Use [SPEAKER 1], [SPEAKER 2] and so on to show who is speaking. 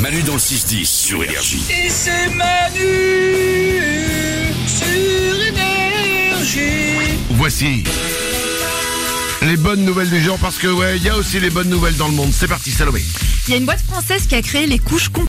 [SPEAKER 1] Manu dans le 6-10 sur Énergie.
[SPEAKER 2] Et c'est Manu sur Énergie.
[SPEAKER 3] Voici les bonnes nouvelles du jour parce que ouais, il y a aussi les bonnes nouvelles dans le monde. C'est parti, Salomé.
[SPEAKER 4] Il y a une boîte française qui a créé les couches